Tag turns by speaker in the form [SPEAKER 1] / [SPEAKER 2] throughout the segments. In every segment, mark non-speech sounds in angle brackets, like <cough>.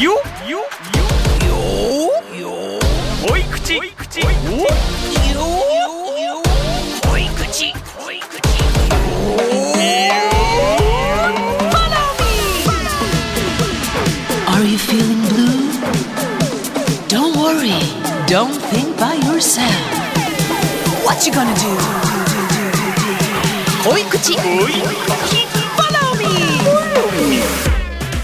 [SPEAKER 1] よよよおい口おい口
[SPEAKER 2] Are you feeling blue? Don't worry. Don't think by yourself. What you gonna do? Koikuchi. Follow me.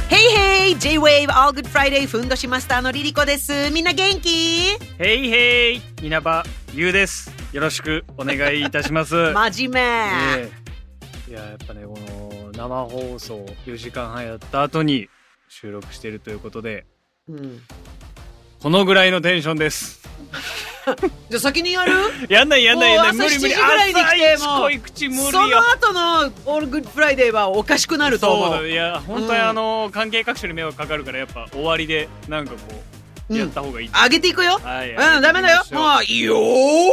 [SPEAKER 2] Hey hey, J-Wave All Good Friday ふんどしマスターのリリコです。みんな元気？
[SPEAKER 1] へいへい稲葉優ですよろしくお願いいたします
[SPEAKER 2] <laughs> 真面目。
[SPEAKER 1] ええいややっぱねこの生放送4時間半やった後に収録しているということで
[SPEAKER 2] うん
[SPEAKER 1] このぐらいのテンションです
[SPEAKER 2] じゃあ先にやる？
[SPEAKER 1] やんないやんないやんない
[SPEAKER 2] も
[SPEAKER 1] 無
[SPEAKER 2] う朝
[SPEAKER 1] 理無理
[SPEAKER 2] 7時ぐらいに来てもう
[SPEAKER 1] 朝一濃い口無
[SPEAKER 2] そ
[SPEAKER 1] 理よ
[SPEAKER 2] の後の All Good Friday はおかしくなると
[SPEAKER 1] そう
[SPEAKER 2] 思
[SPEAKER 1] だ
[SPEAKER 2] う。
[SPEAKER 1] いや本当に
[SPEAKER 2] うん
[SPEAKER 1] あの、関係各所に迷惑かかるからやっぱ終わりでなんかこう、
[SPEAKER 2] うん
[SPEAKER 1] やった方がいい
[SPEAKER 2] 上げていくよ。
[SPEAKER 1] はい
[SPEAKER 2] うん、ダメだよ。もういいよー。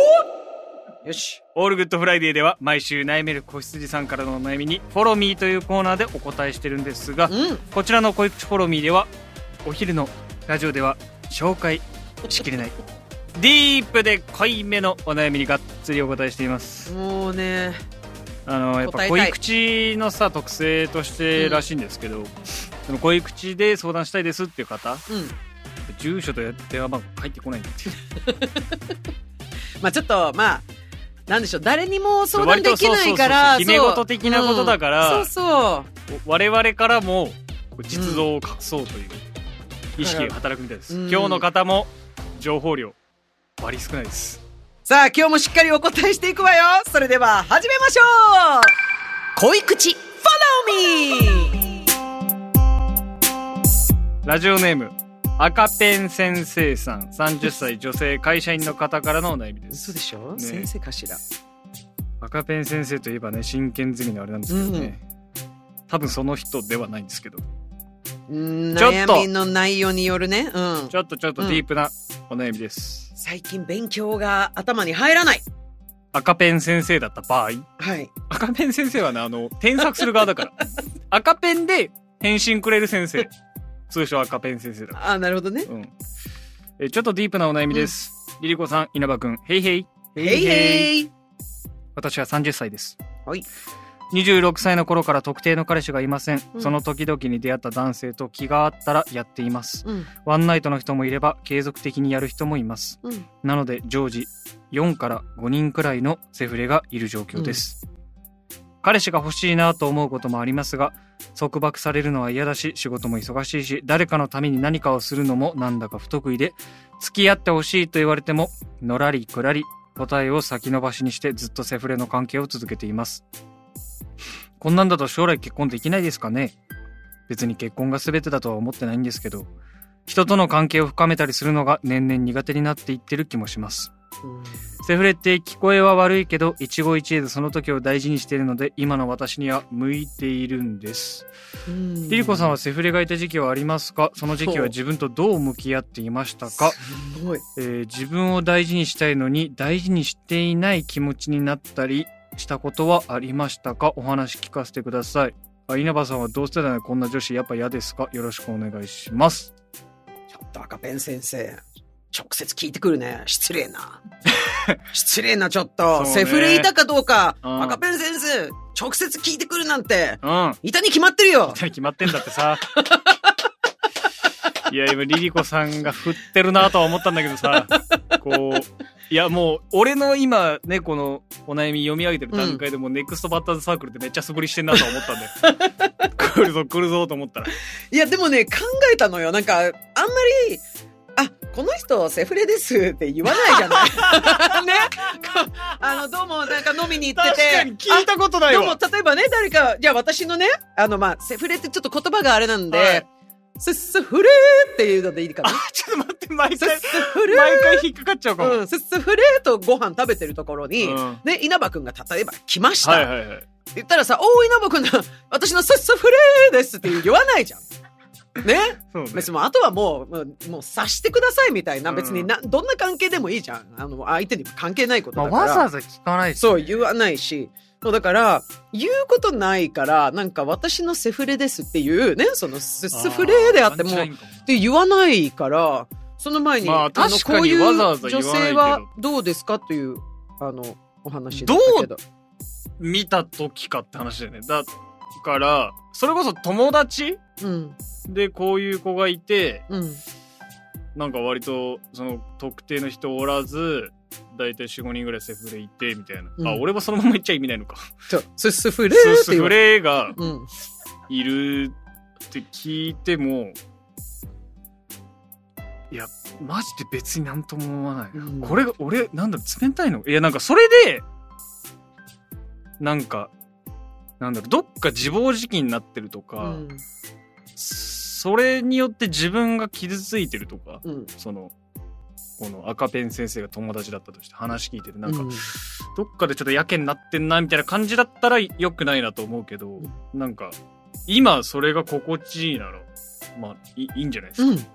[SPEAKER 2] よし。
[SPEAKER 1] オールグッドフライデーでは毎週悩める子羊さんからのお悩みに「フォローミー」というコーナーでお答えしてるんですが
[SPEAKER 2] うん。
[SPEAKER 1] こちらの「恋口フォローミー」ではお昼のラジオでは紹介しきれないディープで濃いめのお悩みにがっつりお答えしています
[SPEAKER 2] もうね
[SPEAKER 1] あのやっ
[SPEAKER 2] 答え
[SPEAKER 1] ぱ
[SPEAKER 2] たい
[SPEAKER 1] 恋口のさ特性としてらしいんですけど、その恋口で相談したいですっていう方
[SPEAKER 2] うん
[SPEAKER 1] 住所と電話番号入ってこないんですよ
[SPEAKER 2] まあちょっとまあなんでしょう誰にも相談
[SPEAKER 1] 割
[SPEAKER 2] で
[SPEAKER 1] と
[SPEAKER 2] き
[SPEAKER 1] そうそうそう
[SPEAKER 2] ないから
[SPEAKER 1] 決め事的なことだから
[SPEAKER 2] うんそうそう
[SPEAKER 1] 我々からも実像を隠そうという意識が働くみたいです、
[SPEAKER 2] うん
[SPEAKER 1] 今日の方も情報量割り少ないです
[SPEAKER 2] さあ今日もしっかりお答えしていくわよそれでは始めましょう恋口フォローミー
[SPEAKER 1] ラジオネーム赤ペン先生さん30歳女性会社員の方からのお悩みです
[SPEAKER 2] 嘘でしょ、
[SPEAKER 1] ね
[SPEAKER 2] 先生かしら
[SPEAKER 1] 赤ペン先生といえばね真剣ゼミのあれなんですけどね、多分その人ではないんですけど
[SPEAKER 2] うん
[SPEAKER 1] ちょっと
[SPEAKER 2] 悩みの内容によるねうん
[SPEAKER 1] ちょっとちょっとディープなお悩みです、
[SPEAKER 2] 最近勉強が頭に入らない
[SPEAKER 1] 赤ペン先生だった場合
[SPEAKER 2] はい
[SPEAKER 1] 赤ペン先生はねあの添削する側だから赤ペンで返信くれる先生通称赤ペン先生だから
[SPEAKER 2] あなるほどね
[SPEAKER 1] うん。えーちょっとディープなお悩みです。リリコさん、稲葉くん、ヘイヘイ。
[SPEAKER 2] へいへ
[SPEAKER 1] イ。
[SPEAKER 2] い
[SPEAKER 1] 私は30歳です。
[SPEAKER 2] はい。
[SPEAKER 1] 26歳の頃から特定の彼氏がいません。
[SPEAKER 2] うん
[SPEAKER 1] その時々に出会った男性と気があったらやっています。
[SPEAKER 2] うん
[SPEAKER 1] ワンナイトの人もいれば、継続的にやる人もいます。
[SPEAKER 2] うん
[SPEAKER 1] なので、常時4から5人くらいのセフレがいる状況です。彼氏が欲しいなと思うこともありますが、束縛されるのは嫌だし、仕事も忙しいし、誰かのために何かをするのもなんだか不得意で、付き合ってほしいと言われても、のらりくらり、答えを先延ばしにしてずっとセフレの関係を続けています。こんなんだと将来結婚できないですかね別に結婚が全てだとは思ってないんですけど、人との関係を深めたりするのが年々苦手になっていってる気もします。
[SPEAKER 2] うん
[SPEAKER 1] セフレって聞こえは悪いけど一期一会でその時を大事にしているので今の私には向いているんです、
[SPEAKER 2] うん
[SPEAKER 1] リリコさんはセフレがいた時期はありますかその時期
[SPEAKER 2] そう
[SPEAKER 1] は自分とどう向き合っていまし
[SPEAKER 2] <laughs>
[SPEAKER 1] たか、
[SPEAKER 2] すごい
[SPEAKER 1] えー自分を大事にしたいのに大事にしていない気持ちになったりしたことはありましたかお話聞かせてくださいあ稲葉さんはどうしてだねこんな女子やっぱ嫌ですかよろしくお願いします
[SPEAKER 2] ちょっと赤ペン先生、直接聞いてくるね。失礼 <laughs> な。失礼な、ちょっと。
[SPEAKER 1] そうね
[SPEAKER 2] セフレいたかどうか、
[SPEAKER 1] うん
[SPEAKER 2] 赤ペン先生、直接聞いてくるなんて、
[SPEAKER 1] うん
[SPEAKER 2] いたに決まってるよ。
[SPEAKER 1] 決まってんだってさ。いや、今、リリコさんが振ってるなとは思ったんだけどさ、こう、いや、もう、俺の今、ね、このお悩み読み上げてる段階でもう、ネクストバッターズサークルってめっちゃ素振りしてんなと思ったんで、 <laughs> 来るぞ、来るぞと思ったら。
[SPEAKER 2] いや、でもね、考えたのよ。なんか、あんまり、あ、この人、セフレですって言わないじゃない。 <laughs> ね。こあの、どうも、なんか飲みに行ってて。あ
[SPEAKER 1] たことな
[SPEAKER 2] でも、例えばね、誰か、じゃあ私のね、あの、まあ、セフレってちょっと言葉があれなんで、
[SPEAKER 1] はい
[SPEAKER 2] セセフレっていうのでいいかな <laughs>
[SPEAKER 1] あ。、ちょっと待って、毎
[SPEAKER 2] セッ
[SPEAKER 1] 回、
[SPEAKER 2] セフレ
[SPEAKER 1] 毎回引っかかっちゃうかも。
[SPEAKER 2] うん、セスフレーとご飯食べてるところに、
[SPEAKER 1] うん
[SPEAKER 2] ね、稲葉くんが例えば来ました。
[SPEAKER 1] はいはいはい。
[SPEAKER 2] って言ったらさ、おー稲葉くんだ、私のセスフレーですって言わないじゃん。ね
[SPEAKER 1] そうね。
[SPEAKER 2] 別にもうあとはもう、もう、もう察してくださいみたいな、
[SPEAKER 1] うん
[SPEAKER 2] 別にな、どんな関係でもいいじゃん。あの、相手にも関係ないこと
[SPEAKER 1] まあ
[SPEAKER 2] だから。
[SPEAKER 1] わざわざ聞かないし
[SPEAKER 2] そう、言わないし。もうだから、言うことないから、なんか私のセフレですっていうね、そのセセフレであっても、
[SPEAKER 1] パンチライ
[SPEAKER 2] で
[SPEAKER 1] ンか
[SPEAKER 2] 言わないから、その前に、
[SPEAKER 1] まあ
[SPEAKER 2] の
[SPEAKER 1] 確かにわざわざ言わないけど
[SPEAKER 2] こういう女性はどうですかという、あの、お話だったけど。
[SPEAKER 1] 見た時かって話だよねだからそれこそ友達
[SPEAKER 2] うん、
[SPEAKER 1] でこういう子がいて
[SPEAKER 2] うん、
[SPEAKER 1] なんか割とその特定の人おらず大体45人ぐらいセフレいてみたいな、
[SPEAKER 2] うん
[SPEAKER 1] あ俺はそのまま言っちゃ意味な
[SPEAKER 2] <laughs>
[SPEAKER 1] いのか
[SPEAKER 2] そうセセフレ
[SPEAKER 1] そう
[SPEAKER 2] って
[SPEAKER 1] セ
[SPEAKER 2] 言
[SPEAKER 1] フ
[SPEAKER 2] われ
[SPEAKER 1] レが
[SPEAKER 2] うん、
[SPEAKER 1] いるって聞いてもいやマジで別になんとも思わないな、
[SPEAKER 2] うん
[SPEAKER 1] これが俺なんだ冷たいのいやなんかそれでなんかなんだろうどっか自暴自棄になってるとか、
[SPEAKER 2] うん
[SPEAKER 1] それによって自分が傷ついてるとか、
[SPEAKER 2] うん、
[SPEAKER 1] そのこの赤ペン先生が友達だったとして話聞いててなんか、
[SPEAKER 2] うん
[SPEAKER 1] どっかでちょっとやけになってんなみたいな感じだったら良くないなと思うけど、
[SPEAKER 2] ん
[SPEAKER 1] なんか今それが心地いいならまあいいいんじゃないですか、
[SPEAKER 2] う
[SPEAKER 1] っ
[SPEAKER 2] ん
[SPEAKER 1] て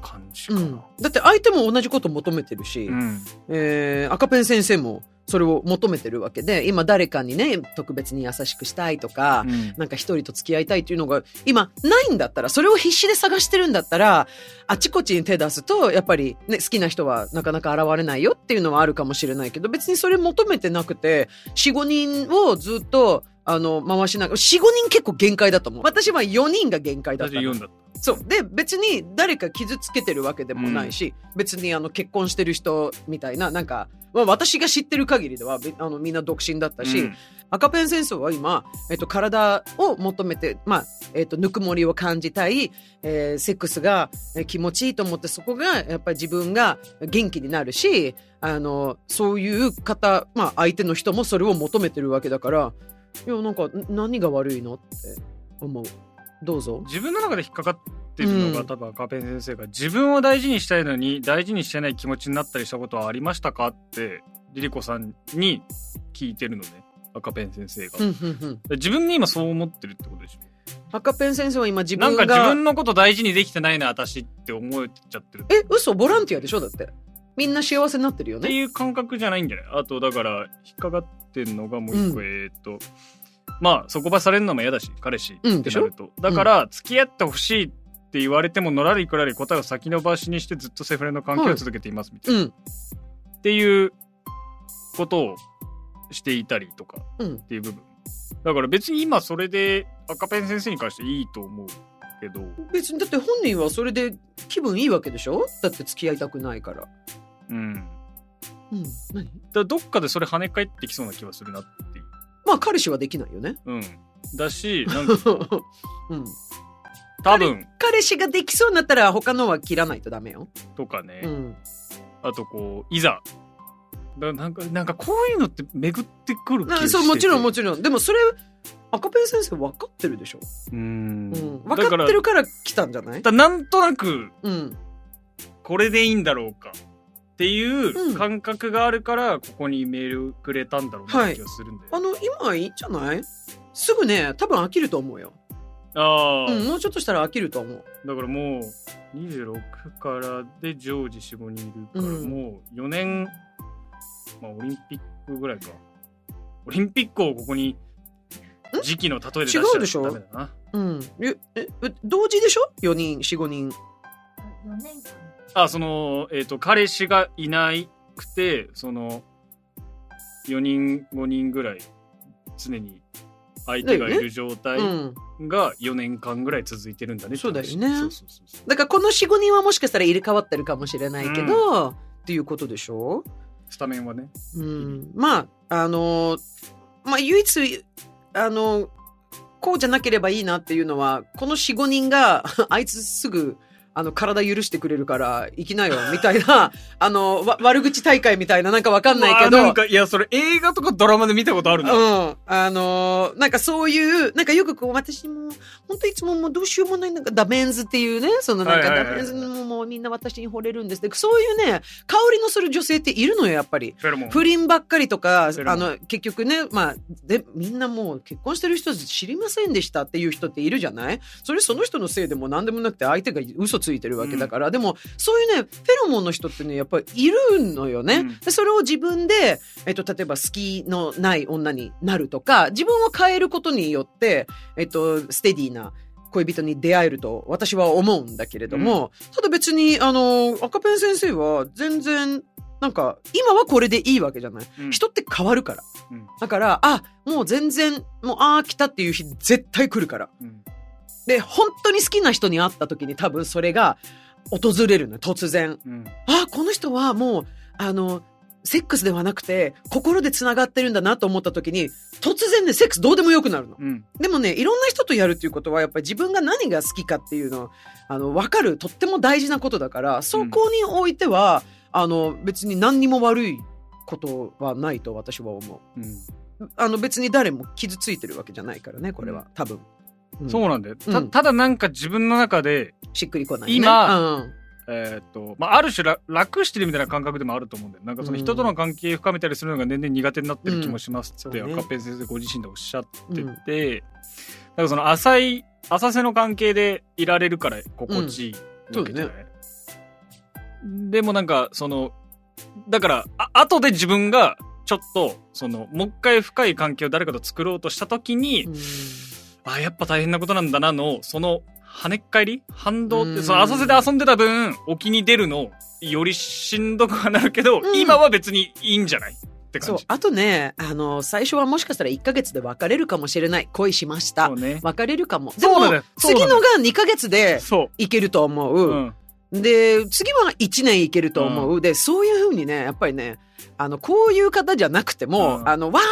[SPEAKER 1] 感じか
[SPEAKER 2] う
[SPEAKER 1] な。
[SPEAKER 2] ん、だって相手も同じこと求めてるし、
[SPEAKER 1] うん
[SPEAKER 2] えー赤ペン先生もそれを求めてるわけで今誰かにね特別に優しくしたいとか、
[SPEAKER 1] うん
[SPEAKER 2] なんか一人と付き合いたいっていうのが今ないんだったらそれを必死で探してるんだったらあちこちに手出すとやっぱり、ね、好きな人はなかなか現れないよっていうのはあるかもしれないけど別にそれ求めてなくて45人をずっとあの回しながら45人結構限界だと思う私は4人が限界だっ
[SPEAKER 1] 私
[SPEAKER 2] たの
[SPEAKER 1] 言うんだっ
[SPEAKER 2] そう。で、別に誰か傷つけてるわけでもないし、別にあの結婚してる人みたいな、なんか、まあ、私が知ってる限りでは、べあのみんな独身だったたし、
[SPEAKER 1] うん
[SPEAKER 2] 赤ペン戦争は今、えっと、体を求めて、まあ、えっと、ぬくもりを感じたい、えーセックスがえー気持ちいいと思って、そこが、やっぱり自分が元気になるし、あの、そういう方、まあ、相手の人もそれを求めてるわけだから、いや、なんか、ん何が悪いのって思う。どうぞ。
[SPEAKER 1] 自分の中で引っかかってるのが、
[SPEAKER 2] うん
[SPEAKER 1] 多分赤ペン先生が自分を大事にしたいのに大事にしてない気持ちになったりしたことはありましたかってリリコさんに聞いてるのね赤ペン先生が、
[SPEAKER 2] うん、うん、うん。
[SPEAKER 1] 自分が今そう思ってるってことでしょ
[SPEAKER 2] 赤ペン先生は今自
[SPEAKER 1] な
[SPEAKER 2] 分
[SPEAKER 1] ん
[SPEAKER 2] が
[SPEAKER 1] か自分のこと大事にできてないな私って思っちゃってるっ
[SPEAKER 2] え嘘ボランティアでしょだってみんな幸せになってるよ
[SPEAKER 1] て
[SPEAKER 2] ね
[SPEAKER 1] いう感覚じゃないんじゃないあとだから引っかかってんのがもう一個、
[SPEAKER 2] う
[SPEAKER 1] えーっとまあそこばされるのも嫌だし彼氏
[SPEAKER 2] うん
[SPEAKER 1] って
[SPEAKER 2] でし
[SPEAKER 1] な
[SPEAKER 2] ょ
[SPEAKER 1] るとだから付き合ってほしいって言われてものらりくらり答えを先延ばしにしてずっとセフレの関係を続けていますみたいな、
[SPEAKER 2] うん
[SPEAKER 1] っていうことをしていたりとか
[SPEAKER 2] うん
[SPEAKER 1] っていう部分だから別に今それで赤ペン先生に関していいと思うけど
[SPEAKER 2] 別にだって本人はそれで気分いいわけでしょだって付き合いたくないから
[SPEAKER 1] うん
[SPEAKER 2] うん何
[SPEAKER 1] だからどっかでそれ跳ね返ってきそうな気はするなっていう。
[SPEAKER 2] まあ彼氏はできないよね
[SPEAKER 1] うん、だし、なんか
[SPEAKER 2] <laughs> うん
[SPEAKER 1] 多分
[SPEAKER 2] 彼氏ができそうになったら他のは切らないとダメよ
[SPEAKER 1] とかね、
[SPEAKER 2] うん
[SPEAKER 1] あとこう、いざ。だなんか、なんかこういうのって巡ってくる気がして
[SPEAKER 2] な
[SPEAKER 1] て
[SPEAKER 2] そうもちろんもちろんでもそれ赤ペン先生分かってるでしょ、
[SPEAKER 1] うん
[SPEAKER 2] うん、
[SPEAKER 1] だ
[SPEAKER 2] 分か
[SPEAKER 1] から
[SPEAKER 2] ってるから来たんじゃない
[SPEAKER 1] だなんとなく、
[SPEAKER 2] うん
[SPEAKER 1] これでいいんだろうか。って
[SPEAKER 2] う
[SPEAKER 1] い
[SPEAKER 2] ん
[SPEAKER 1] う感覚があるから、ここにメールくれたんだろうな
[SPEAKER 2] は
[SPEAKER 1] っ
[SPEAKER 2] い
[SPEAKER 1] て気がするんだよ。
[SPEAKER 2] あの今いいんじゃないすぐね多分飽きると思うよ
[SPEAKER 1] ああ、
[SPEAKER 2] うん、もうちょっとしたら飽きると思う。
[SPEAKER 1] だからもう、26からで常時4、5人いるから、
[SPEAKER 2] うん
[SPEAKER 1] もう4年、まあオリンピックぐらいか。オリンピックをここに、時期の例えで出した
[SPEAKER 2] 違うでし
[SPEAKER 1] ら
[SPEAKER 2] ょ
[SPEAKER 1] ダメだな。
[SPEAKER 2] うん。え、え、え同時でしょ ?4 人、4、5人。
[SPEAKER 3] 4年間
[SPEAKER 1] あ、その、えっ、と、彼氏がいなくて、その、4人、5人ぐらい、常に相手がいる状態
[SPEAKER 2] うん。
[SPEAKER 1] が4年間ぐらい続いてるんだねって話。
[SPEAKER 2] そうだよね
[SPEAKER 1] そうそうそうそう
[SPEAKER 2] だからこの4、5人はもしかしたら入れ替わってるかもしれないけど、っていうことでしょ
[SPEAKER 1] スタメンはね。
[SPEAKER 2] うん。まあ、あのー、まあ、唯一、あのー、こうじゃなければいいなっていうのは、この4、5人が、 <laughs> あいつすぐ、あの、体許してくれるから、行きなよ、みたい <laughs> な、あの、わ悪口大会みたいな、なんかわかんないけど。
[SPEAKER 1] うわなんか、いや、それ映画とかドラマで見たことあるな。
[SPEAKER 2] うん。あのーなんかそういう、なんかよくこう、私も、本当いつももうどうしようもない、なんかダメンズっていうね、そのなんか
[SPEAKER 1] はいはい
[SPEAKER 2] ダ
[SPEAKER 1] は
[SPEAKER 2] メ
[SPEAKER 1] いは
[SPEAKER 2] ン
[SPEAKER 1] い
[SPEAKER 2] ズももうみんな私に惚れるんですって、そういうね、香りのする女性っているのよ、やっぱり。
[SPEAKER 1] フェロモン。
[SPEAKER 2] 不倫ばっかりとか、あ
[SPEAKER 1] それも
[SPEAKER 2] の、結局ね、まあ、で、みんなもう結婚してる人知りませんでしたっていう人っているじゃないそれその人のせいでも何でもなくて相手が嘘つついてるわけだから、でもそういうねフェロモンの人ってねやっぱりいるのよね、
[SPEAKER 1] うん
[SPEAKER 2] でそれを自分で、えっと、例えば好きのない女になるとか自分を変えることによって、えっと、ステディな恋人に出会えると私は思うんだけれども、ただ別にあの赤ペン先生は全然なんか今はこれでいいわけじゃない
[SPEAKER 1] うん
[SPEAKER 2] 人って変わるから、
[SPEAKER 1] うん
[SPEAKER 2] だからあもう全然もうああ来たっていう日絶対来るから
[SPEAKER 1] うん
[SPEAKER 2] で本当に好きな人に会った時に多分それが訪れるの突然
[SPEAKER 1] うん
[SPEAKER 2] あこの人はもうあのセックスではなくて心でつながってるんだなと思った時に突然ねセックスどうでもよくなるの
[SPEAKER 1] うん
[SPEAKER 2] でもねいろんな人とやるっていうことはやっぱり自分が何が好きかっていうのあの分かるとっても大事なことだからそこにおいては、あの別に何にも悪いことはないと私は思
[SPEAKER 1] うん
[SPEAKER 2] うあの別に誰も傷ついてるわけじゃないからねこれは多分、うん
[SPEAKER 1] そうなんだよ、た
[SPEAKER 2] うん
[SPEAKER 1] ただなんか自分の中で、
[SPEAKER 2] しっくりこない、ね、う
[SPEAKER 1] 今
[SPEAKER 2] ん
[SPEAKER 1] えーっとまあ、ある種ら楽してるみたいな感覚でもあると思うんだよなんかその人との関係深めたりするのが全然苦手になってる気もしますって、
[SPEAKER 2] うんそうね
[SPEAKER 1] 赤ペン先生ご自身でおっしゃってて、
[SPEAKER 2] うん
[SPEAKER 1] なんかその浅い浅瀬の関係でいられるから心地いいわけじゃない、でもなんかそのだからあ後で自分がちょっとそのもう一回深い関係を誰かと作ろうとした時に、
[SPEAKER 2] うん
[SPEAKER 1] あやっぱ大変なことなんだなのその跳ねっ返り反動っ
[SPEAKER 2] う
[SPEAKER 1] て
[SPEAKER 2] ん
[SPEAKER 1] その浅瀬で遊んでた分沖に出るのよりしんどくはなるけど、
[SPEAKER 2] うん
[SPEAKER 1] 今は別にいいんじゃないって
[SPEAKER 2] そ
[SPEAKER 1] 感
[SPEAKER 2] う
[SPEAKER 1] じ
[SPEAKER 2] あとねあの最初はもしかしたら1ヶ月で別れるかもしれない恋しました
[SPEAKER 1] ね
[SPEAKER 2] 別れるかもで
[SPEAKER 1] そう
[SPEAKER 2] も
[SPEAKER 1] なんだよそう
[SPEAKER 2] 次
[SPEAKER 1] なんだ
[SPEAKER 2] の
[SPEAKER 1] よ
[SPEAKER 2] が2ヶ月で
[SPEAKER 1] そ
[SPEAKER 2] いけると思う、
[SPEAKER 1] う、うん、
[SPEAKER 2] で次は1年いけると思う、でそういうふうにねやっぱりねあのこういう方じゃなくても、
[SPEAKER 1] うん
[SPEAKER 2] あのわあ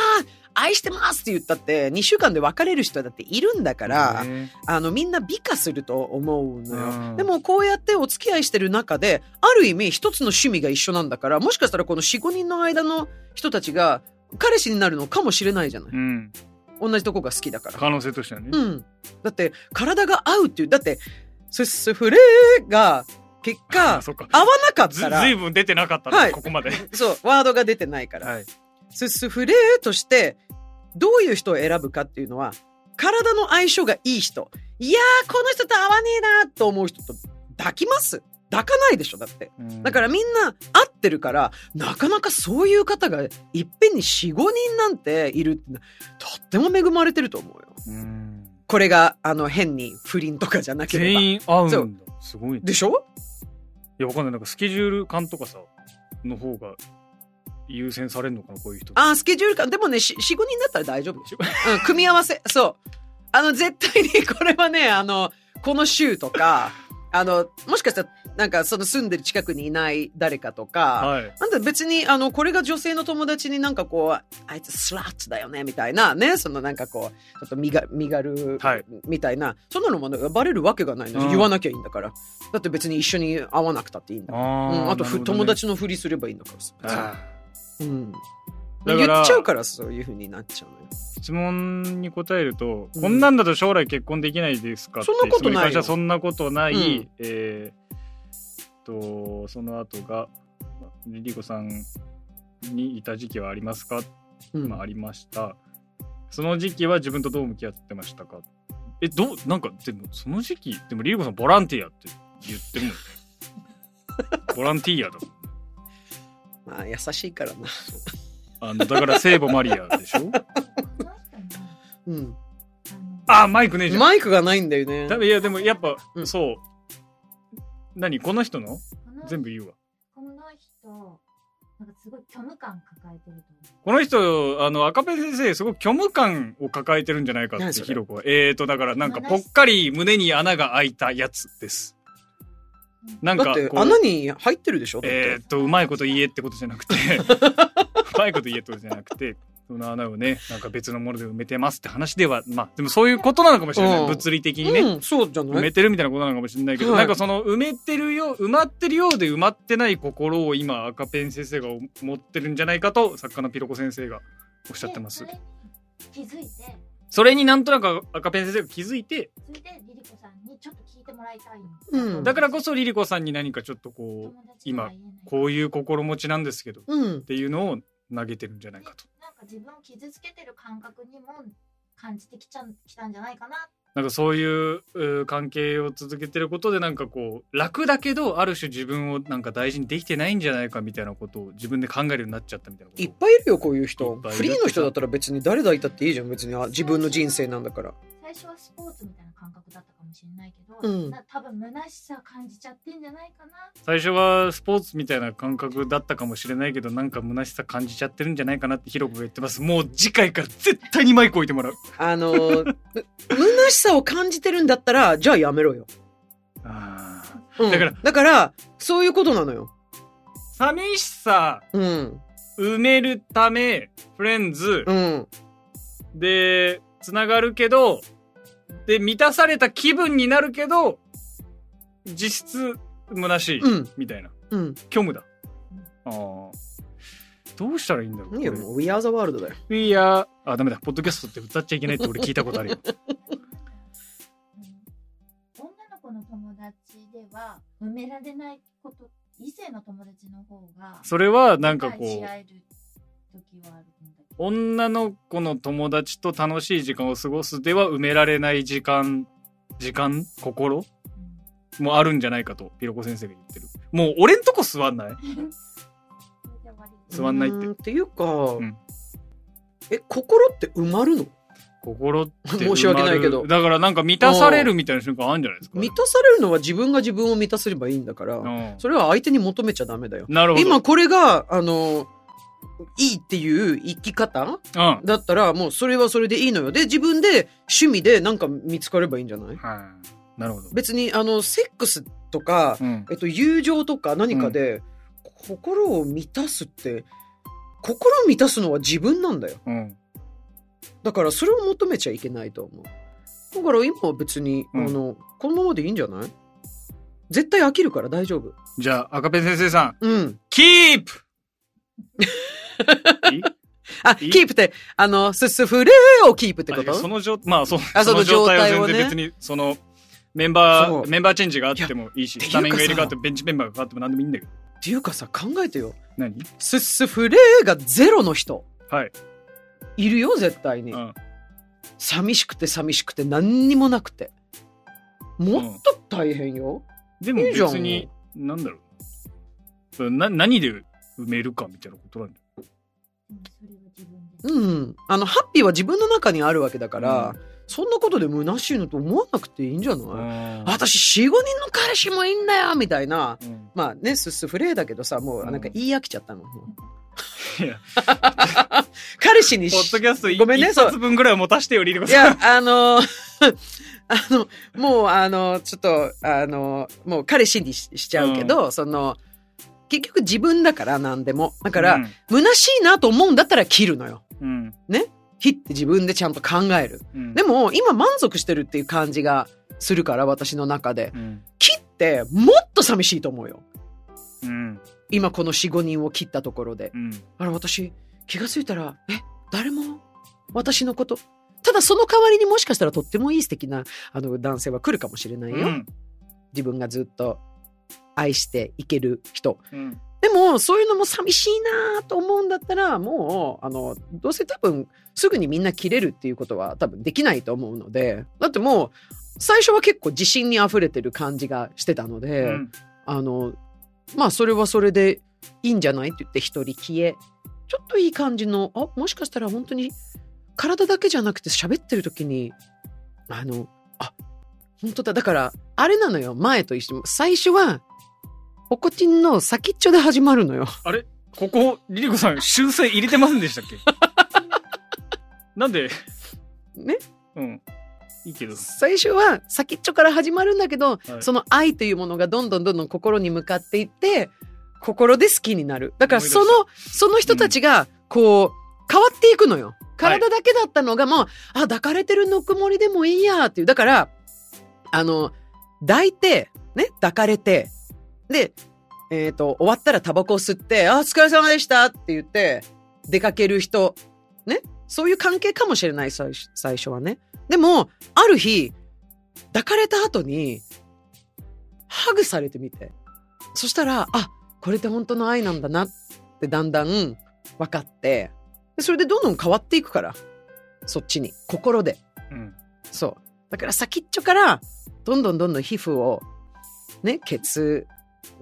[SPEAKER 2] 愛してますって言ったって2週間で別れる人だっているんだから、
[SPEAKER 1] ね
[SPEAKER 2] あのみんな美化すると思うのよ、
[SPEAKER 1] うん
[SPEAKER 2] でもこうやってお付き合いしてる中である意味一つの趣味が一緒なんだからもしかしたらこの45人の間の人たちが彼氏になるのかもしれないじゃない、
[SPEAKER 1] うん
[SPEAKER 2] 同じとこが好きだから
[SPEAKER 1] 可能性としてはね、
[SPEAKER 2] うん。だって、体が合うっていう、だって、ススフレが、結果、
[SPEAKER 1] そっか
[SPEAKER 2] 合わなかっ
[SPEAKER 1] <laughs> ず
[SPEAKER 2] たら
[SPEAKER 1] ず、いぶん出てなかったね、
[SPEAKER 2] はい
[SPEAKER 1] ここまで
[SPEAKER 2] そう、ワードが出てないから。
[SPEAKER 1] はい
[SPEAKER 2] ススフレとして、どういう人を選ぶかっていうのは、体の相性がいい人。いやー、この人と合わねえなと思う人と抱きます抱かないでしょ、だって。だかららみんな合ってるから、なかなかそういう方がいっぺんに4、5人なんているってのはとっても恵まれてると思うよ。
[SPEAKER 1] うん
[SPEAKER 2] これが、あの、変に不倫とかじゃなければ。
[SPEAKER 1] 全員合うんだすごいね
[SPEAKER 2] でしょ
[SPEAKER 1] いやわかんないなんかスケジュール感とかさの方が優先されるのかなこういう人
[SPEAKER 2] あースケジュール感でもね45人だったら大丈夫でしょ、うん、組み合わせそうあの絶対にこれはねあのこの週とか <laughs> あのもしかしたらなんかその住んでる近くにいない誰かとか、
[SPEAKER 1] はい
[SPEAKER 2] なんだ別にあのこれが女性の友達になんかこうあいつスラッツだよねみたいなねそのなんかこうちょっと身が身軽
[SPEAKER 1] はい
[SPEAKER 2] みたいな、そんなのも、ね、バレるわけがないの、
[SPEAKER 1] うん
[SPEAKER 2] 言わなきゃいいんだからだって別に一緒に会わなくたっていいんだから
[SPEAKER 1] あ
[SPEAKER 2] あ,、
[SPEAKER 1] ー
[SPEAKER 2] うん、あとふ、
[SPEAKER 1] なるほどね
[SPEAKER 2] 友達のふりすればいいんだからさ別に
[SPEAKER 1] あー
[SPEAKER 2] うん、
[SPEAKER 1] だから
[SPEAKER 2] 言っちゃうからそういうふうになっちゃうのよ。
[SPEAKER 1] 質問に答えると、
[SPEAKER 2] うん
[SPEAKER 1] こんなんだと将来結婚できないですかって
[SPEAKER 2] そんなことないよ
[SPEAKER 1] 質問に関してはそんなことない、
[SPEAKER 2] うん
[SPEAKER 1] えーっとその後がリリコさんにいた時期はありますか、
[SPEAKER 2] うん
[SPEAKER 1] まあありましたその時期は自分とどう向き合ってましたかえどうなんかでもその時期でもリリコさんボランティアって言っ
[SPEAKER 2] <laughs>
[SPEAKER 1] てるもんボランティアだもん
[SPEAKER 2] まあ優しいからな。
[SPEAKER 1] あのだから聖母マリアでし
[SPEAKER 2] <laughs>
[SPEAKER 1] ょ
[SPEAKER 2] うん、
[SPEAKER 1] あマイクねえじゃん
[SPEAKER 2] マイクがないんだよね。
[SPEAKER 1] 多分いやでもやっぱ、
[SPEAKER 2] うん
[SPEAKER 1] そう何この人の全部言うわ
[SPEAKER 3] この人なんかすごい虚無感抱えてると
[SPEAKER 1] この人あの赤ペン先生すごく虚無感を抱えてるんじゃないかっ
[SPEAKER 2] 何
[SPEAKER 1] て
[SPEAKER 2] それ
[SPEAKER 1] ひろこはえーとだからなんかぽっかり胸に穴が開いたやつです
[SPEAKER 3] 思う。
[SPEAKER 1] なん
[SPEAKER 2] だ
[SPEAKER 1] か
[SPEAKER 2] って
[SPEAKER 1] こう
[SPEAKER 2] 穴に入ってるでしょ。だって
[SPEAKER 1] えーとうまいこと言えってことじ
[SPEAKER 2] <laughs>
[SPEAKER 1] ゃなくてうまいこと言えってことじゃなくてその穴をねなんか別のもので埋めてますって話ではまあでもそういうことなのかもしれない、
[SPEAKER 2] うん
[SPEAKER 1] 物理的にね、
[SPEAKER 2] うん、そうじゃな
[SPEAKER 1] 埋
[SPEAKER 2] い。
[SPEAKER 1] めてるみたいなことなのかもしれないけど、
[SPEAKER 2] はい
[SPEAKER 1] なんかその埋めてるよ埋まってるようで埋まってない心を今赤ペン先生が持ってるんじゃないかと作家のピロコ先生がおっしゃってます
[SPEAKER 3] でそれに気づいて、
[SPEAKER 1] それになんとなく赤ペン先生が気づいて
[SPEAKER 3] それでリリコさんにちょっと聞いてもらいたいの。
[SPEAKER 2] うん
[SPEAKER 1] だからこそリリコさんに何かちょっとこう
[SPEAKER 3] 友達には言えない
[SPEAKER 1] こういう心持ちなんですけどっ
[SPEAKER 2] うん、
[SPEAKER 1] ていうのを投げてるんじゃないかと
[SPEAKER 3] なんか自分を傷つけてる感覚にも感じてきちゃんきたんじゃないかな
[SPEAKER 1] なんかそういううー関係を続けてることでなんかこう楽だけどある種自分をなんか大事にできてないんじゃないかみたいなことを自分で考えるようになっちゃったみたいなこと
[SPEAKER 2] いっぱいいるよこういう人
[SPEAKER 1] いっぱいいる
[SPEAKER 2] フリーの人だったら別に誰だいたっていいじゃん別にあ自分の人生なんだから
[SPEAKER 3] 最初はスポーツみたいな感覚だったかもしれないけど、
[SPEAKER 2] うん
[SPEAKER 3] な多分虚しさ感じちゃってんじゃないかな
[SPEAKER 1] 最初はスポーツみたいな感覚だったかもしれないけどなんか虚しさ感じちゃってるんじゃないかなってヒロコが言ってますもう次回から絶対にマイク置いてもらう
[SPEAKER 2] あ
[SPEAKER 1] <laughs>
[SPEAKER 2] のーむ虚しさを感じてるんだったらじゃあやめろよ、
[SPEAKER 1] あー
[SPEAKER 2] うん
[SPEAKER 1] だから
[SPEAKER 2] だからそういうことなのよ
[SPEAKER 1] 寂しさ
[SPEAKER 2] うん
[SPEAKER 1] 埋めるためフレンズ
[SPEAKER 2] うん
[SPEAKER 1] でつながるけどで満たされた気分になるけど実質虚しい、
[SPEAKER 2] うん
[SPEAKER 1] みたいな
[SPEAKER 2] うん
[SPEAKER 1] 虚無だあーどうしたらいいんだろう
[SPEAKER 2] いやもう We are the world だよ
[SPEAKER 1] これ We are あダメだポッドキャストって歌っちゃいけないって俺聞いたことあるよ
[SPEAKER 3] うん女の子の友達では埋められないこと異性の友達の方が
[SPEAKER 1] それはなんか
[SPEAKER 3] 理解
[SPEAKER 1] こ
[SPEAKER 3] し
[SPEAKER 1] う
[SPEAKER 3] 合える時はあるんだけど
[SPEAKER 1] 女の子の友達と楽しい時間を過ごすでは埋められない時間時間心
[SPEAKER 3] う
[SPEAKER 1] もあるんじゃないかとピロコ先生が言ってるもう俺んとこ座んない
[SPEAKER 3] んそれで終わり
[SPEAKER 1] 座んないって
[SPEAKER 2] うっていうか、
[SPEAKER 1] ん
[SPEAKER 2] え心って埋まるの
[SPEAKER 1] 心って埋ま
[SPEAKER 2] 申
[SPEAKER 1] る
[SPEAKER 2] し訳ないけど
[SPEAKER 1] だからなんか満たされるみたいな瞬間あるんじゃないですか
[SPEAKER 2] 満たされるのは自分が自分を満たせればいいんだから、
[SPEAKER 1] うん
[SPEAKER 2] それは相手に求めちゃダメだよ
[SPEAKER 1] なるほど
[SPEAKER 2] 今これがあのいいっていう生き方
[SPEAKER 1] うん
[SPEAKER 2] だったらもうそれはそれでいいのよで自分で趣味でなんか見つかればいいんじゃない
[SPEAKER 1] はいなるほど
[SPEAKER 2] 別にあのセックスとか、
[SPEAKER 1] うん
[SPEAKER 2] えっと、友情とか何かで、心を満たすって心を満たすのは自分なんだよ
[SPEAKER 1] うん
[SPEAKER 2] だからそれを求めちゃいけないと思うだから今は別に、
[SPEAKER 1] うん
[SPEAKER 2] あのこのままでいいんじゃない絶対飽きるから大丈夫
[SPEAKER 1] じゃあ赤ペン先生さん
[SPEAKER 2] うん
[SPEAKER 1] キープ <laughs> いい
[SPEAKER 2] あ
[SPEAKER 1] い
[SPEAKER 2] キープってあのすすふれをキープってこ
[SPEAKER 1] あいや
[SPEAKER 2] と
[SPEAKER 1] その状まあそう
[SPEAKER 2] あ
[SPEAKER 1] そ
[SPEAKER 2] そ
[SPEAKER 1] の
[SPEAKER 2] の
[SPEAKER 1] 状
[SPEAKER 2] 状態
[SPEAKER 1] 態
[SPEAKER 2] を
[SPEAKER 1] は
[SPEAKER 2] ね
[SPEAKER 1] 全然別にそのメンバ
[SPEAKER 2] そ
[SPEAKER 1] ー
[SPEAKER 2] う
[SPEAKER 1] メンバーチェンジがあってもいいし
[SPEAKER 2] いや
[SPEAKER 1] スタメンが
[SPEAKER 2] って
[SPEAKER 1] 入
[SPEAKER 2] い
[SPEAKER 1] れ
[SPEAKER 2] う
[SPEAKER 1] 替
[SPEAKER 2] かさ
[SPEAKER 1] わってもベンチメンバーが変わっても何でもいいんだけど
[SPEAKER 2] っていうかさ考えてよ
[SPEAKER 1] 何
[SPEAKER 2] すすふれがゼロの人
[SPEAKER 1] はい
[SPEAKER 2] いるよ絶対に、
[SPEAKER 1] うん
[SPEAKER 2] 寂しくて寂しくて何にもなくてもっと大変よ、
[SPEAKER 1] でも
[SPEAKER 2] いいじゃん
[SPEAKER 1] 別になんだろうな何で埋めるかみたいなことなんだよ
[SPEAKER 3] うんそれは自分で
[SPEAKER 2] うんあのハッピーは自分の中にあるわけだから、そんなことで虚しいのと思わなくていいんじゃない、私45人の彼氏もいんだよみたいな
[SPEAKER 1] うん
[SPEAKER 2] まあねすすフレーだけどさもうなんか言い飽きちゃったの、
[SPEAKER 1] いや
[SPEAKER 2] 彼氏に
[SPEAKER 1] ポッド
[SPEAKER 2] し
[SPEAKER 1] キャストい
[SPEAKER 2] ごめんね
[SPEAKER 1] 一冊分ぐらいは持たしてよリリコ
[SPEAKER 2] い
[SPEAKER 1] さん
[SPEAKER 2] やあの <laughs> あのもうあのちょっとあのもう彼氏にししちゃうけど、その結局自分だから何でもだから、
[SPEAKER 1] うん
[SPEAKER 2] 虚しいなと思うんだったら切るのよ。
[SPEAKER 1] うん
[SPEAKER 2] 切って自分でちゃんと考える。
[SPEAKER 1] うん
[SPEAKER 2] でも今満足してるっていう感じがするから私の中で。
[SPEAKER 1] うん
[SPEAKER 2] 切ってもっと寂しいと思うよ。
[SPEAKER 1] うん
[SPEAKER 2] 今この4、5人を切ったところで
[SPEAKER 1] う。ん
[SPEAKER 2] あれ私気がついたら、え、誰も私のこと。ただその代わりにもしかしたらとってもいい素敵なあの男性は来るかもしれないよ。
[SPEAKER 1] うん
[SPEAKER 2] 自分がずっと愛していける人。
[SPEAKER 1] うん
[SPEAKER 2] でも、そういうのも寂しいなと思うんだったら、もう、あの、どうせ多分、すぐにみんな切れるっていうことは多分できないと思うので、だってもう、最初は結構自信に溢れてる感じがしてたの
[SPEAKER 1] う
[SPEAKER 2] で、
[SPEAKER 1] ん
[SPEAKER 2] あの、まあ、それはそれでいいんじゃないって言って一人消え、ちょっといい感じの、あ、もしかしたら本当に、体だけじゃなくて喋ってる時に、あの、あ、本当だ。だから、あれなのよ、前と一緒。最初は、おこちんの先っちょで始まるのよ。
[SPEAKER 1] ここリリコさん修正入れてませんでしたっ
[SPEAKER 2] <laughs>
[SPEAKER 1] けなんで
[SPEAKER 2] ね、
[SPEAKER 1] うんいいけど
[SPEAKER 2] 最初は先っちょから始まるんだけど、
[SPEAKER 1] はい
[SPEAKER 2] その愛というものがどんどんどんどん心に向かっていって心で好きになるだからその
[SPEAKER 1] 思
[SPEAKER 2] その人たちがこう変わっていくのよ体だけだったのがもう、あ抱かれてるぬくもりでもいいやっていうだからあの抱いてね抱かれてでえっ、と終わったらタバコを吸って「あお疲れ様でした」って言って出かける人ねそういう関係かもしれない最初最初はねでもある日抱かれた後にハグされてみてそしたらあこれって本当の愛なんだなってだんだん分かってでそれでどんどん変わっていくからそっちに心で
[SPEAKER 1] うん
[SPEAKER 2] そうだから先っちょからどんどんどんどん皮膚をね血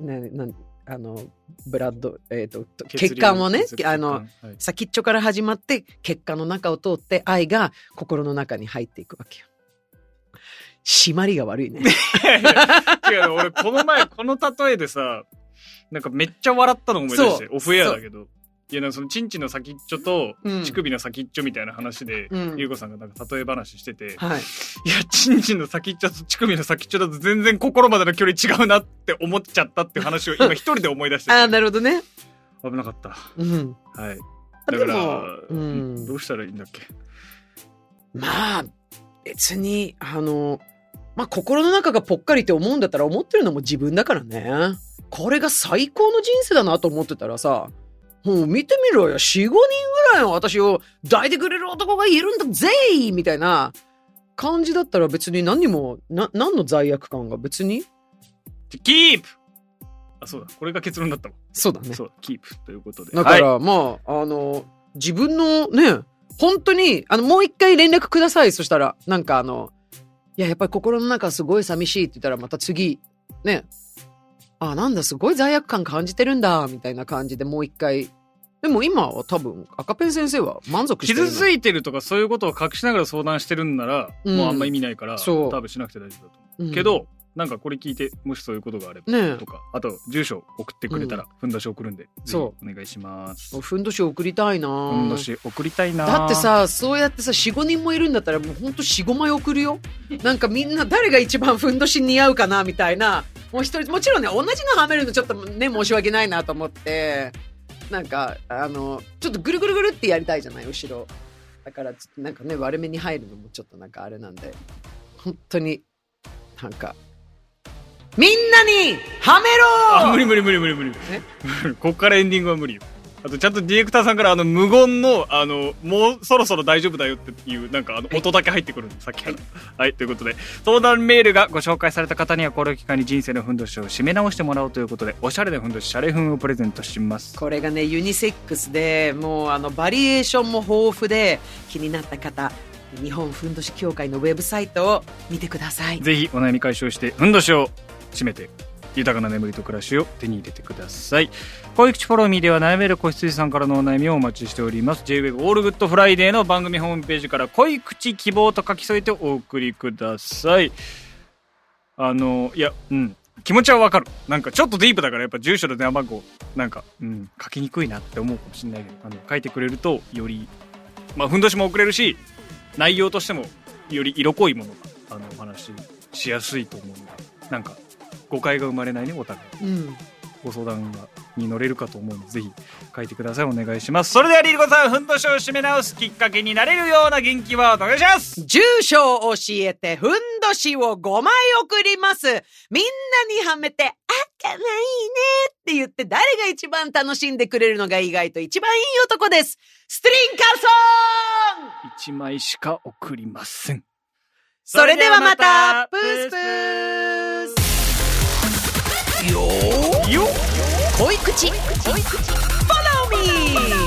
[SPEAKER 2] ねなんあのブラッド、えー、と血管をね
[SPEAKER 1] 血流
[SPEAKER 2] あの、
[SPEAKER 1] 血管
[SPEAKER 2] 先っちょから始まって血管の中を通って愛が心の中に入っていくわけよ。締まりが
[SPEAKER 1] <laughs>
[SPEAKER 2] 悪いね。
[SPEAKER 1] はい、違う俺この前この例えでさなんかめっちゃ笑ったの思い出して
[SPEAKER 2] そう
[SPEAKER 1] オフエアだけどいやなんかそのチンチンの先っちょと
[SPEAKER 2] うん
[SPEAKER 1] 乳首の先っちょみたいな話で、
[SPEAKER 2] うん
[SPEAKER 1] ゆうこさんがなんか例え話してて、
[SPEAKER 2] はい、
[SPEAKER 1] いや、チンチンの先っちょと乳首の先っちょだと全然心までの距離違うなって思っちゃったっていう話を今一人で思い出して
[SPEAKER 2] ああ
[SPEAKER 1] て
[SPEAKER 2] なるほどね。
[SPEAKER 1] 危なかった。
[SPEAKER 2] うん、
[SPEAKER 1] はい。
[SPEAKER 2] あ
[SPEAKER 1] だ
[SPEAKER 2] で
[SPEAKER 1] から、
[SPEAKER 2] も、うん
[SPEAKER 1] ど、うしたらいいんだっけ
[SPEAKER 2] まあ別にあの、まあ、心の中がぽっかりって思うんだったら思ってるのも自分だからね。これが最高の人生だなと思ってたらさもう見てみろよ45人ぐらいの私を抱いてくれる男がいるんだぜいみたいな感じだったら別に何にもな何の罪悪感が別に
[SPEAKER 1] じゃキープあ、そうだ。これが結論だったわ。
[SPEAKER 2] そうだね。
[SPEAKER 1] そう、キープということで。
[SPEAKER 2] だから、
[SPEAKER 1] はい
[SPEAKER 2] まあ、あの、自分のね、本当に、あの、もう一回連絡ください。そしたら、なんかあの、いや、やっぱり心の中すごい寂しいって言ったら、また次、ね、あ、なんだ、すごい罪悪感感じてるんだ、みたいな感じでもう一回。でも今は多分、赤ペン先生は満足してるの。
[SPEAKER 1] 傷ついてるとかそういうことを隠しながら相談してるんなら、
[SPEAKER 2] うん
[SPEAKER 1] もうあんま意味ないから、
[SPEAKER 2] そう
[SPEAKER 1] 多分しなくて大丈夫だと思う。
[SPEAKER 2] うん
[SPEAKER 1] け、ど、なんかこれ聞いて、もしそういうことがあれば。
[SPEAKER 2] ね
[SPEAKER 1] とかあと住所送ってくれたら、ふんだし送るんで
[SPEAKER 2] そう
[SPEAKER 1] ぜひお願いします
[SPEAKER 2] え、ふんどし送りたいな
[SPEAKER 1] ふんどし送りたいな
[SPEAKER 2] だってさそうやってさ45人もいるんだったらもうほんと45枚送るよなんかみんな誰が一番ふんどし似合うかなみたいなもう一人もちろんね同じのはめるのちょっとね申し訳ないなと思ってなんかあのちょっとぐるぐるぐるってやりたいじゃない後ろだからちょっとなんかね割れ目に入るのもちょっとなんかあれなんで本当になんかみんなにはめろ
[SPEAKER 1] あ無理無理無理無理無理
[SPEAKER 2] え
[SPEAKER 1] <laughs> こっからエンディングは無理よあとちゃんとディレクターさんからあの無言のあのもうそろそろ大丈夫だよっていうなんかあの音だけ入ってくるのさっきからはいということで相談メールがご紹介された方にはこれを機会に人生のふんどしを締め直してもらおうということでおしゃれなふんどしシャレふんをプレゼントします
[SPEAKER 2] これがねユニセックスでもうあのバリエーションも豊富で気になった方日本ふんどし協会のウェブサイトを見てください
[SPEAKER 1] ぜひお悩み解消してふんどしを締めて豊かな眠りと暮らしを手に入れてください。小口フォローミーでは悩める子羊さんからのお悩みをお待ちしております。JWEB オールグッドフライデーの番組ホームページから恋口希望と書き添えてお送りください。あの、いや、うん。気持ちはわかる。なんかちょっとディープだからやっぱ住所と電話番号なんか、うん、書きにくいなって思うかもしれないけど、あの、書いてくれるとより、まあ、ふんどしも送れるし、内容としてもより色濃いものが、あの、お話ししやすいと思うので、なんか、誤解が生まれないね、お互
[SPEAKER 2] う
[SPEAKER 1] い。
[SPEAKER 2] ん
[SPEAKER 1] ご相談がに乗れるかと思うのでぜひ書いてくださいお願いしますそれではリリコさんふんどしを締め直すきっかけになれるような元気ワードお願いします
[SPEAKER 2] 住所を教えてふんどしを5枚送りますみんなにはめてあかわいいねって言って誰が一番楽しんでくれるのが意外と一番いい男ですストリンカーソン
[SPEAKER 1] 一枚しか送りません
[SPEAKER 2] それではまたプースプース
[SPEAKER 1] よっ
[SPEAKER 2] 恋口恋口 Follow me!